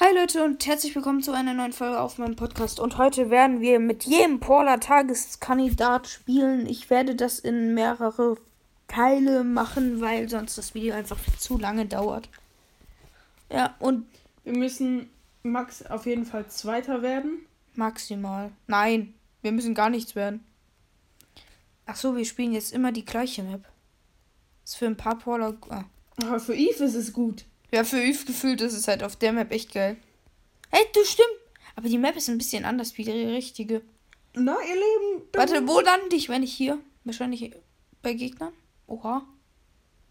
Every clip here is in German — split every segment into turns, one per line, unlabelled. Hi Leute und herzlich willkommen zu einer neuen Folge auf meinem Podcast. Und heute werden wir mit jedem Paula Tageskandidat spielen. Ich werde das in mehrere Teile machen, weil sonst das Video einfach zu lange dauert. Ja, und
Wir müssen Max auf jeden Fall Zweiter werden.
maximal. Nein, wir müssen gar nichts werden. Ach so, wir spielen jetzt immer die gleiche Map. Ist für ein paar Paula. Ah.
Aber für Eve ist es gut.
Ja, für Eve gefühlt ist es halt auf der Map echt geil. Hey, du stimmt. Aber die Map ist ein bisschen anders wie die richtige.
Na, ihr Leben.
Warte, wo lande ich, wenn ich hier? Wahrscheinlich bei Gegnern? Oha.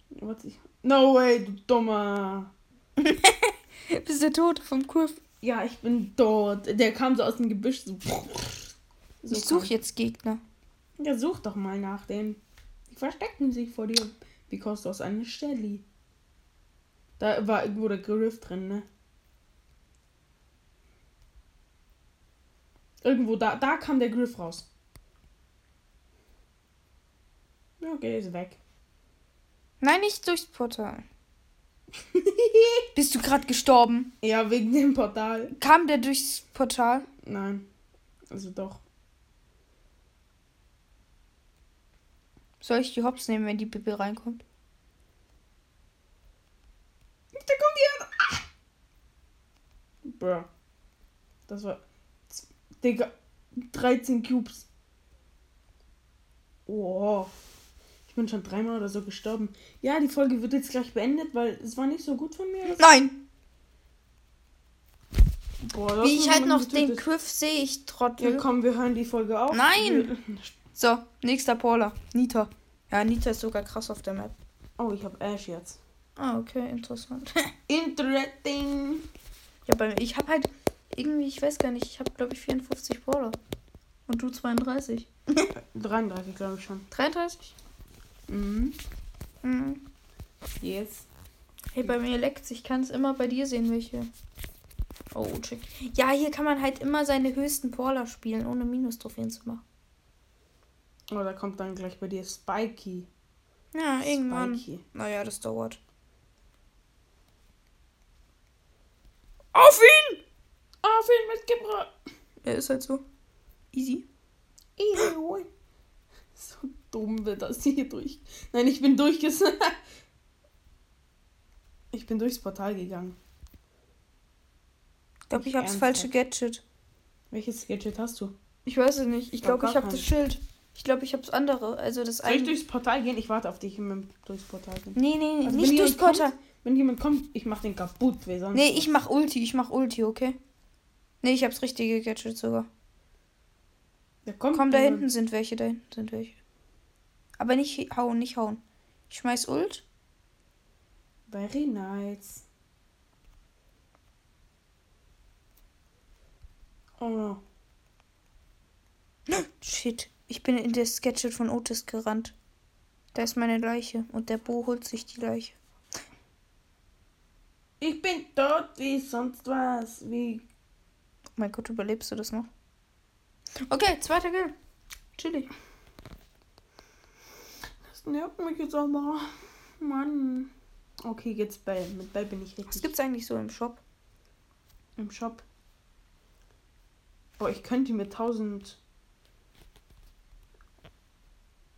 Warte. ich- No way, du dummer.
Bist du tot vom Kurve?
Ja, ich bin dort. Der kam so aus dem Gebüsch. So. So
Ich suche jetzt Gegner.
kam- Ja, such doch mal nach denen. Die verstecken sich vor dir. Wie kostet aus einer Shelly? Da war irgendwo der Griff drin, ne? Irgendwo da, da kam der Griff raus. Ja, Okay, ist weg.
Nein, nicht durchs Portal. Bist du gerade gestorben?
Ja, wegen dem Portal.
Kam der durchs Portal?
Nein. Also doch.
Soll ich die Hops nehmen, wenn die Bibi reinkommt?
Da kommt die andere. Ah! Bruh. Das war. Z- Digga. 13 Cubes. Oh. Ich bin schon dreimal oder so gestorben. Ja, die Folge wird jetzt gleich beendet, weil es war nicht so gut von mir.
Nein!
Boah, das
Wie ich
hat
halt
man
noch den
getötet.
Griff sehe, ich
Ja,
Trottel.
komm, wir hören die Folge auf.
Nein!
Wir-
So, nächster Paula. Nita. Ja, Nita ist sogar krass auf der Map.
Oh, ich hab Ash jetzt.
Ah, okay, interessant.
Interesting.
Ja, bei mir, ich hab halt irgendwie, ich weiß gar nicht, ich hab glaube ich 54 Brawler. Und du 32.
33, glaube ich schon.
33?
Mhm.
Mhm.
Yes.
Hey, bei mir leckt's. Ich kann's immer bei dir sehen, welche. Oh, check. Ja, hier kann man halt immer seine höchsten Brawler spielen, ohne Minustrophäen zu machen.
Oh, da kommt dann gleich bei dir Spikey.
Ja, irgendwann.
Spikey.
Naja, das dauert. Auf ihn!
Auf ihn mit Gebra.
Er ist halt so. Easy.
Easy way. So dumm wird das hier durch. Nein, ich bin durchges. ich bin durchs Portal gegangen.
Ich glaube, ich
Nicht
hab's
ernsthaft.
falsche Gadget.
Welches Gadget hast du?
Ich weiß es nicht. Ich
glaub,
glaube, ich
gar
hab das
keins.
Schild. Ich glaube, ich hab's andere. Also das
Soll ich
eine.
durchs Portal gehen? Ich warte auf dich, wenn wir durchs Portal gehen.
Nee, nee,
Also, wenn
nicht durchs
jemand
Portal.
Kommt, wenn jemand kommt, ich mach den kaputt. Wer sonst?
Nee, ich mach Ulti, ich mach Ulti, okay? Nee, ich hab's richtige Gadget sogar.
Der kommt
Komm, da
jemand.
hinten sind welche, da hinten sind welche. Aber nicht hauen, nicht hauen. Ich schmeiß Ult.
Very nice. Oh no.
Shit, ich bin in das Gadget von Otis gerannt. Da ist meine Leiche und der Bo holt sich die Leiche.
Ich bin tot wie sonst was. Wie
Oh mein Gott, überlebst du das noch? Okay, zweiter Kill. Chillig.
Das nervt mich jetzt aber. Mann. Okay, geht's Bell. Mit Bell bin ich
Was
richtig
gibt's eigentlich so im Shop?
im Shop. Oh, ich könnte mir 1000.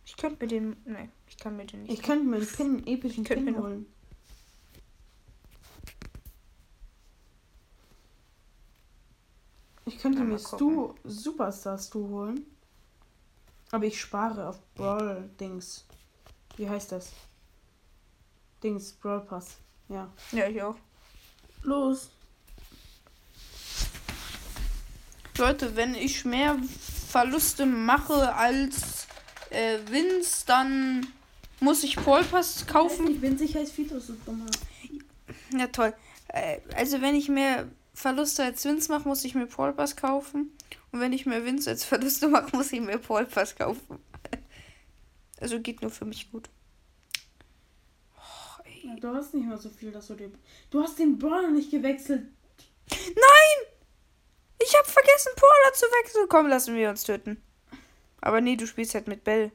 Ich könnte mir den. Nee, ich kann mir den nicht.
Ich könnte mir einen Pin, einen epischen
Ich könnte
Pin
mir noch-
holen. Ich könnte
Na,
mir
mal gucken.
Stu, Superstar Stu holen. Aber ich spare auf Brawl Dings. Wie heißt das? Dings, Brawl Pass. Ja.
Ja, ich auch.
Los.
Leute, wenn ich mehr Verluste mache als äh, Wins, dann muss ich Vollpass kaufen.
Ich bin sicher, es Fitos so dummer.
Ja, toll. Äh, also, wenn ich mehr Verluste als Wins mache, muss ich mir Vollpass kaufen. Und wenn ich mehr Wins als Verluste mache, muss ich mir Vollpass kaufen. Also, geht nur für mich gut. Och, ey.
Ja, du hast nicht mehr so viel, dass du dir. Du hast den Brawler nicht gewechselt.
Nein! Ich habe vergessen, Paula zu wechseln. Komm, lassen wir uns töten. Aber nee, du spielst halt mit Bell.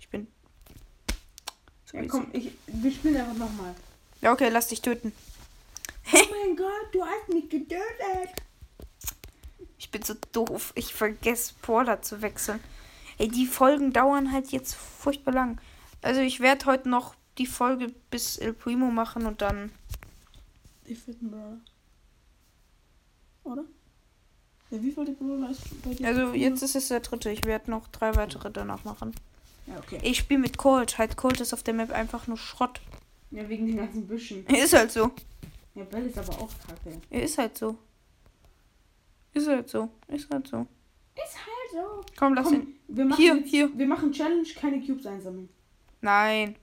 Ich bin.
Ja, komm, ich, wir spielen einfach nochmal.
Ja, okay, lass dich töten.
Oh mein Gott, du hast mich getötet.
Ich bin so doof. Ich vergesse, Porter zu wechseln. Ey, die Folgen dauern halt jetzt furchtbar lang. Also ich werde heute noch die Folge bis El Primo machen und dann.
Ich finde einen Brawler. Oder? Ja, wie viel der Brawler ist bei dir?
Also jetzt ist es der dritte. Ich werde noch drei weitere danach machen.
Ja, okay.
Ich spiele mit Colt. Halt, Colt ist auf der Map einfach nur Schrott.
Ja, wegen den ganzen Büschen.
Ist halt so.
Ja, Bell ist aber auch kacke.
Ist halt so. Ist halt so. Ist halt so.
Ist halt so.
Komm, lass ihn.
Komm, wir machen
Hier,
jetzt,
hier.
Wir machen Challenge, keine Cubes einsammeln.
Nein.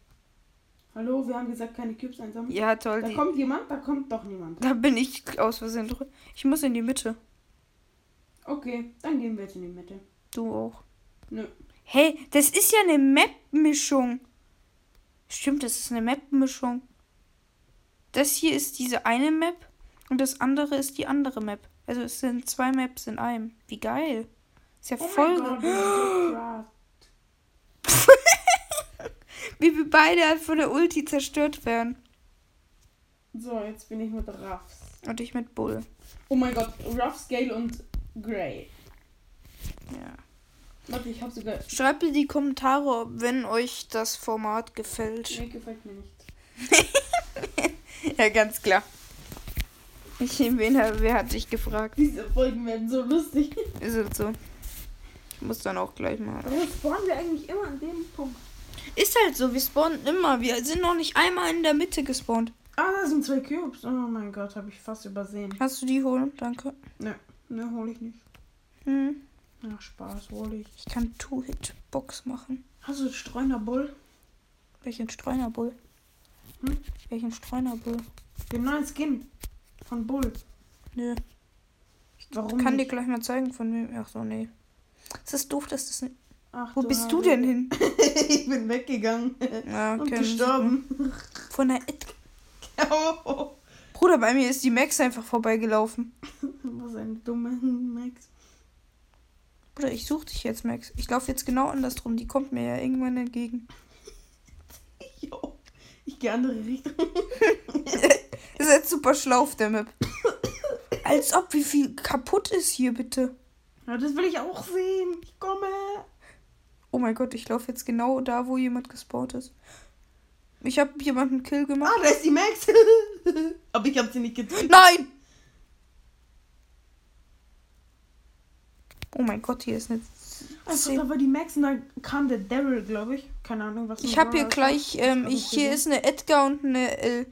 Hallo, wir haben gesagt, keine Cubes einsammeln.
Ja, toll.
Da
Die,
kommt jemand, da kommt doch niemand.
da bin ich aus Versehen drin. Ich muss in die Mitte.
Okay, dann gehen wir jetzt in die Mitte.
Du auch.
Nö.
Hey, das ist ja eine Map-Mischung. Stimmt, das ist eine Map-Mischung. Das hier ist diese eine Map und das andere ist die andere Map. Also es sind zwei Maps in einem. Wie geil. Ist ja
Oh
voll.
mein Gott, wir sind so krass.
Wie wir beide halt von der Ulti zerstört werden.
So, jetzt bin ich mit Ruffs.
Und ich mit Bull.
Oh mein Gott, Ruffs, Gale und Grey.
Ja.
Warte, ich hab sogar...
Schreibt in die Kommentare, wenn euch das Format gefällt.
Nee, gefällt mir nicht.
Ja, ganz klar. Ich wen, wer hat dich gefragt?
Diese Folgen werden so lustig.
Ist halt so. Ich muss dann auch gleich mal.
Warum spawnen wir eigentlich immer an dem Punkt?
Ist halt so, wir spawnen immer. Wir sind noch nicht einmal in der Mitte gespawnt.
Ah, da sind zwei Cubes. Oh mein Gott, habe ich fast übersehen.
Kannst du die holen? Danke.
Ne, hole ich nicht.
Hm.
Ach, Spaß, hole ich.
Ich kann Two-Hit-Box machen.
Hast du Streuner Bull?
Welchen Streunerbull?
Hm?
Welchen Streunerbull?
Den neuen Skin von Bull.
Nö.
Warum
Ich kann dir
nicht?
gleich mal zeigen, von wem. Ach so, nee. Es ist doof, dass das nicht.
Ach,
Wo bist du denn hin?
ich bin weggegangen
Ja,
und
okay.
gestorben. Oh,
Von der Ed
Was
Bruder, bei mir ist die Max einfach vorbeigelaufen.
ein dummer Max.
Bruder, ich suche dich jetzt, Max. Ich laufe jetzt genau andersrum. Die kommt mir ja irgendwann entgegen.
Jo. Ich gehe andere Richtung.
Ist jetzt super schlau auf der Map. Als ob, wie viel kaputt ist hier, bitte.
Ja, das will ich auch sehen. Ich komme.
Oh mein Gott, ich laufe jetzt genau da, wo jemand gespawnt ist. Ich habe jemanden Kill gemacht.
Ah, da ist die Max. Aber ich habe sie nicht getötet.
Nein! Oh mein Gott, hier ist eine.
Also,
Zehn.
da war die Max und dann kam der Daryl, glaube ich. Keine Ahnung, was
Ich habe hier
Brawler
gleich. Ähm,
Hab ich
ich, hier
gesehen.
ist eine Edgar und eine El.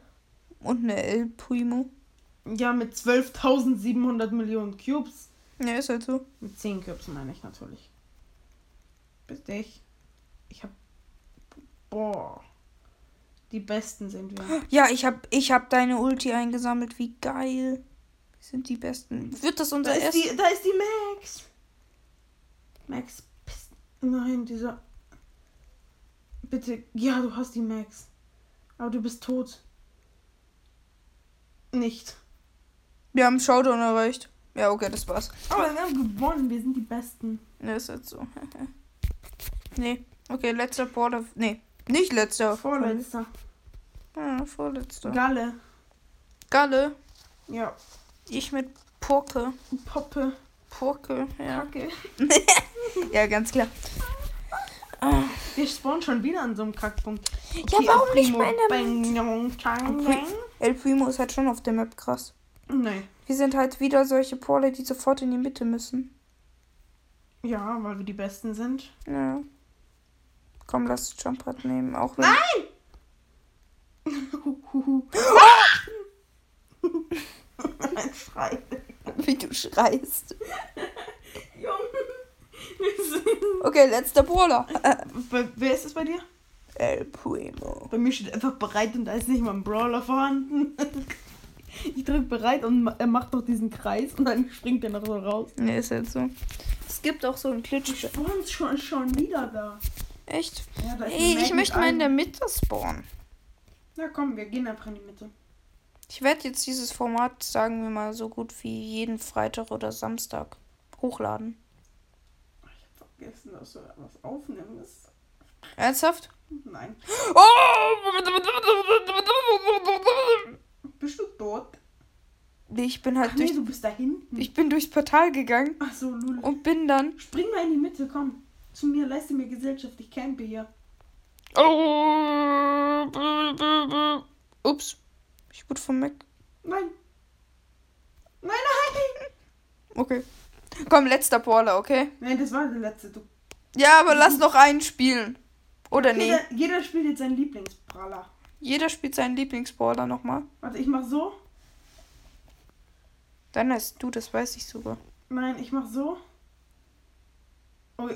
Und eine El Primo.
ist. Ja, mit 12.700 Millionen Cubes.
Ja, ist halt so.
Mit 10 Cubes meine ich natürlich. Bist ich. Ich hab. Boah. Die besten sind wir.
Ja, ich hab, ich hab deine Ulti eingesammelt. Wie geil. Wir sind die Besten. Wird das
Da
unser
ist,
erstes?
die, da ist die Max. Max, pst. Nein, dieser. Bitte. Ja, du hast die Max. Aber du bist tot. Nicht.
Wir haben Showdown erreicht. Ja, okay, das war's.
Aber wir haben gewonnen. Wir sind die Besten.
Ne, ist halt so. nee. Okay, letzter Border. Nee. Nicht letzter.
Vorletzter.
Ja, vorletzter.
Galle.
Galle.
Ja.
Ich mit Purke.
Poppe.
Purke, ja.
Kacke.
Ja, ganz klar. Ah.
Wir spawnen schon wieder an so einem Kackpunkt.
Ja, warum nicht mal in der
Mitte?
El Primo ist halt schon auf der Map krass.
Nein.
Wir sind halt wieder solche Porter, die sofort in die Mitte müssen.
Ja, weil wir die Besten sind.
Ja. Komm, lass Jumppad nehmen. Auch wenn.
Huhuhu. Ein Schrei.
Wie du schreist.
Junge.
Okay, letzter Brawler.
Bei- Wer ist es bei dir?
El Primo.
Bei mir steht einfach bereit und da ist nicht mal ein Brawler vorhanden. Ich drücke bereit und ma- er macht doch diesen Kreis und dann springt er noch so raus.
Ne, ist halt so. Es gibt auch so einen Klitsch.
Spawns schon, schon wieder da.
Echt?
Ja, da ist eine
Ey,
Mac
ich
mit
möchte mal in
einem-
der Mitte spawnen.
Na komm, wir gehen einfach in die Mitte.
Ich werde jetzt dieses Format, sagen wir mal, so gut wie jeden Freitag oder Samstag hochladen.
Oh, Ich hab vergessen, dass wir was aufnehmen müssen.
Ernsthaft?
Nein.
Oh!
Bist du tot?
Nee, ich bin halt
Ach nee,
durch,
du bist da hinten.
ich bin durchs Portal gegangen
Ach so, Lul.
und bin dann.
Spring mal in die Mitte, komm. Zu mir, leiste mir Gesellschaft, ich campe hier.
Oh, ups, ich wurde vom Mac.
Nein. Nein, nein.
Okay. Komm, letzter Porter, okay?
Nein, das war der letzte. Du,
Ja, aber lass noch einen spielen. Oder nee.
jeder, jeder spielt jetzt seinen Lieblingspraller.
Jeder spielt seinen Lieblingsporter nochmal.
Warte, ich mach so.
Deiner ist du, das weiß ich sogar.
Nein, ich mach so. Oh,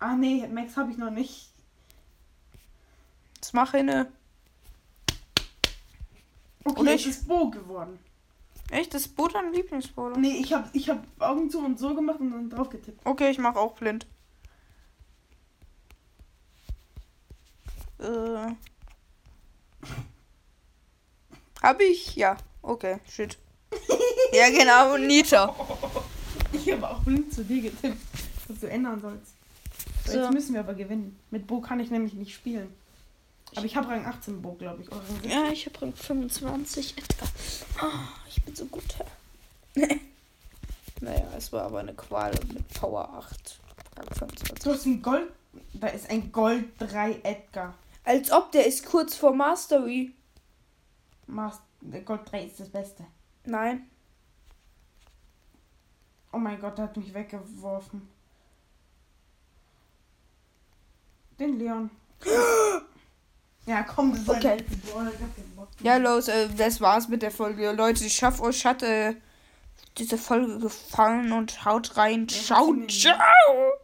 ah nee, Max habe ich noch nicht.
Jetzt mach eine.
Okay,
Oder
es
ich-
ist Bo geworden.
Echt, das ist Bo dein Lieblingsporter?
Nee, ich habe ich hab Augen zu und so gemacht und dann drauf getippt.
Okay, ich mach auch blind. Äh. Hab ich? Ja. Okay, shit. ja, genau, und Nita.
Ich habe auch blind zu dir getippt, was du ändern sollst. So,
So.
Jetzt müssen wir aber gewinnen. Mit Bo kann ich nämlich nicht spielen. Aber ich habe Rang 18 Bo, glaube ich. Oder Rang 17.
Ja, ich hab Rang 25 etwa. Ah, ich bin so gut. naja, es war aber eine Qual mit Power 8. Rang 25.
Du hast ein Gold. Da ist ein Gold 3 Edgar.
Als ob der ist kurz vor Mastery.
Mas- der Gold 3 ist das Beste.
Nein.
Oh mein Gott, der hat mich weggeworfen. Den Leon. Ja, komm, das ist
Okay.
ein Boah, ich hab den Bock.
Ja, los, äh, das war's mit der Folge. Leute, ich hoffe, euch hat äh, diese Folge gefallen und haut rein. Ciao,
das ist mir
ciao!